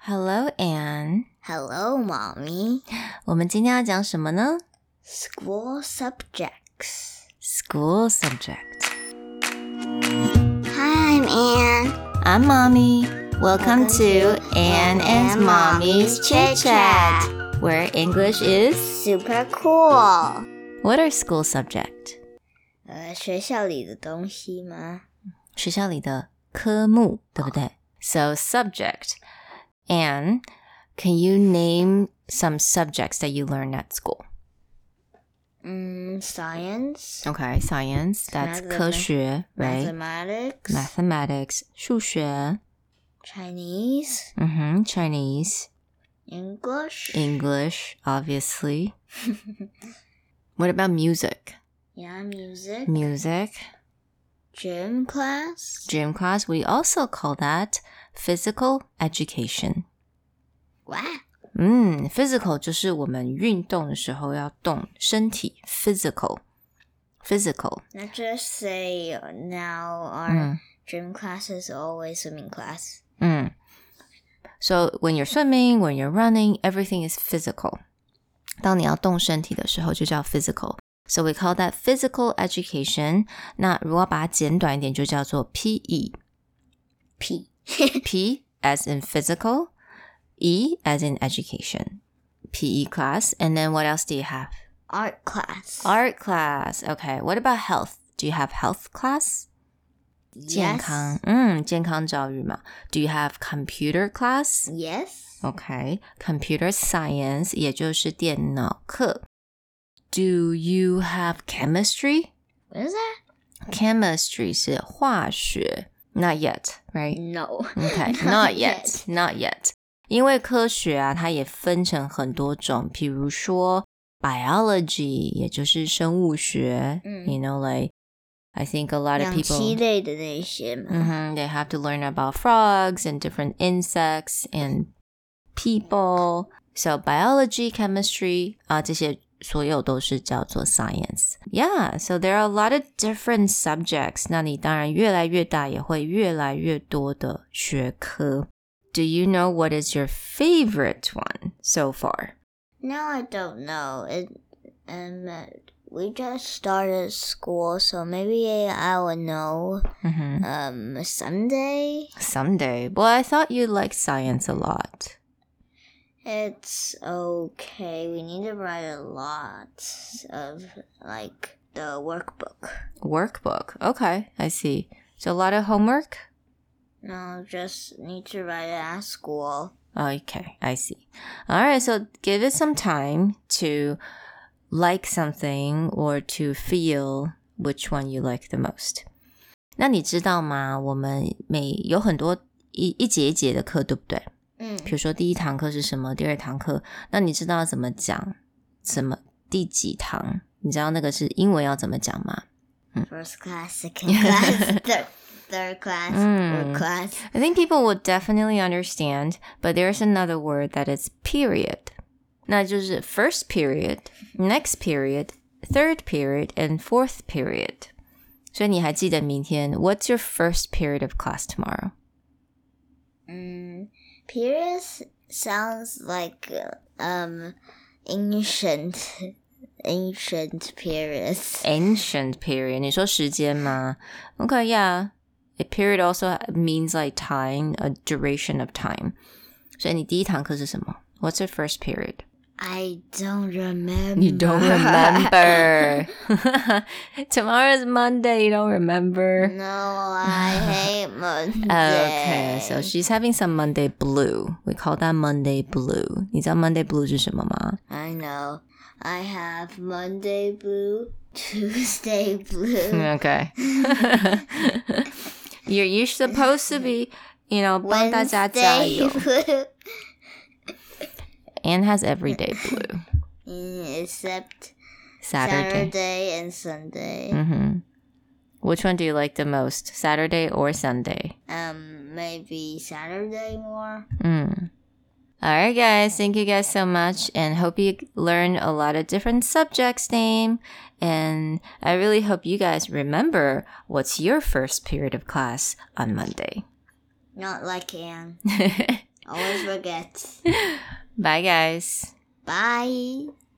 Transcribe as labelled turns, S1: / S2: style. S1: Hello, Anne。
S2: Hello, Mommy.
S1: 我们今天要讲什么呢
S2: School subjects.
S1: ？School subject。
S2: Hi, I'm Anne.
S1: I'm Mommy. Welcome to Anne and Mommy's Chit Chat, where English is.
S2: Super cool.
S1: What are school subject？
S2: 呃，学校里的东西吗？
S1: 学校里的科目，对不对？So subject. Anne, can you name some subjects that you learned at school?
S2: 嗯，science,
S1: Okay, science. That's
S2: Math-
S1: 科学，right?
S2: mathematics,
S1: Mathematics 数学，
S2: Chinese,
S1: 嗯哼，Chinese。
S2: English.
S1: English, obviously. what about music?
S2: yeah, music,
S1: Music,
S2: gym class.
S1: gym class, we also call that physical education.
S2: 哇，
S1: 嗯，physical 就是我们运动的时候要动身体，physical, physical，
S2: Let's just say now our
S1: 嗯
S2: gym class is always swimming class.
S1: 嗯。So when you're swimming, when you're running, everything is physical. 当你要动身体的时候，就叫 physical。So we call that physical education. 那如果把它简短一点，就叫做 E. PE。
S2: P.
S1: P as in physical, E as in education, PE class, and then what else do you have?
S2: Art class.
S1: Art class. Okay, what about health? Do you have health class? Mm,
S2: Yes.
S1: 健康，嗯，健康教育嘛。Do you have computer class?
S2: Yes.
S1: Okay, computer science 也就是电脑课。Do you have chemistry?
S2: What is that?
S1: Chemistry 是化学，not yet, right?
S2: No.
S1: Okay, not yet, not yet. 因为科学啊，它也分成很多种，比如说 biology，也就是生物学。
S2: 嗯
S1: You know, like I think a lot of
S2: 氧气
S1: people.
S2: 类的那些嘛。
S1: Mhm, they have to learn about frogs and different insects and people. So biology, chemistry 啊，这些所有都是叫做 science。Yeah, so there are a lot of different subjects. 那你当然越来越大，也会越来越多的学科。Do you know what is your favorite one so far?
S2: No, I don't know. It, um, we just started school, so maybe I will know
S1: 嗯哼
S2: um someday.
S1: Someday. Well, I thought you liked science a lot.
S2: It's okay. We need to write a lot of like the workbook.
S1: Workbook. Okay, I see. So a lot of homework.
S2: No, just need to write it at school.
S1: Okay, I see. All right, so give it some time to like something or to feel which one you like the most. 那你知道吗？我们每有很多一一节一节的课，对不对？
S2: Mm.
S1: 比如说第一堂课是什么，第二堂课，那你知道怎么讲？怎么第几堂？你知道那个是英文要怎么讲吗？
S2: First class, second class, third, third class,
S1: Hmm.
S2: fourth class.
S1: I think people will definitely understand, but there's another word that is period. 那就是 first period, next period, third period, and fourth period. 所以你还记得明天 What's your first period of class tomorrow?
S2: Mm, Pyrrhus sounds like um ancient ancient Pyrrhus.
S1: Ancient period. 你说时间吗? Okay, yeah. A period also means like time, a duration of time. 所以你第一堂课是什么? What's your first period?
S2: I don't remember.
S1: You don't remember. Tomorrow is Monday. You don't remember.
S2: no, I hate Monday.
S1: Oh, Okay, so she's having some Monday blue. We call that Monday blue. 你知道 Monday blue 是什么吗？
S2: I know. I have Monday blue, Tuesday blue,
S1: Okay. you're you're supposed to be, you know, 帮大家加油.
S2: Wednesday blue,
S1: Anne has everyday blue.
S2: Mm, except
S1: Saturday.
S2: Saturday and Sunday.
S1: hmm Which one do you like the most, Saturday or Sunday?
S2: Um, maybe Saturday more.
S1: Mm. All right, guys. Thank you guys so much, and hope you learn a lot of different subjects name. And I really hope you guys remember what's your first period of class on Monday.
S2: Not like Anne. Always forget.
S1: Bye, guys.
S2: Bye.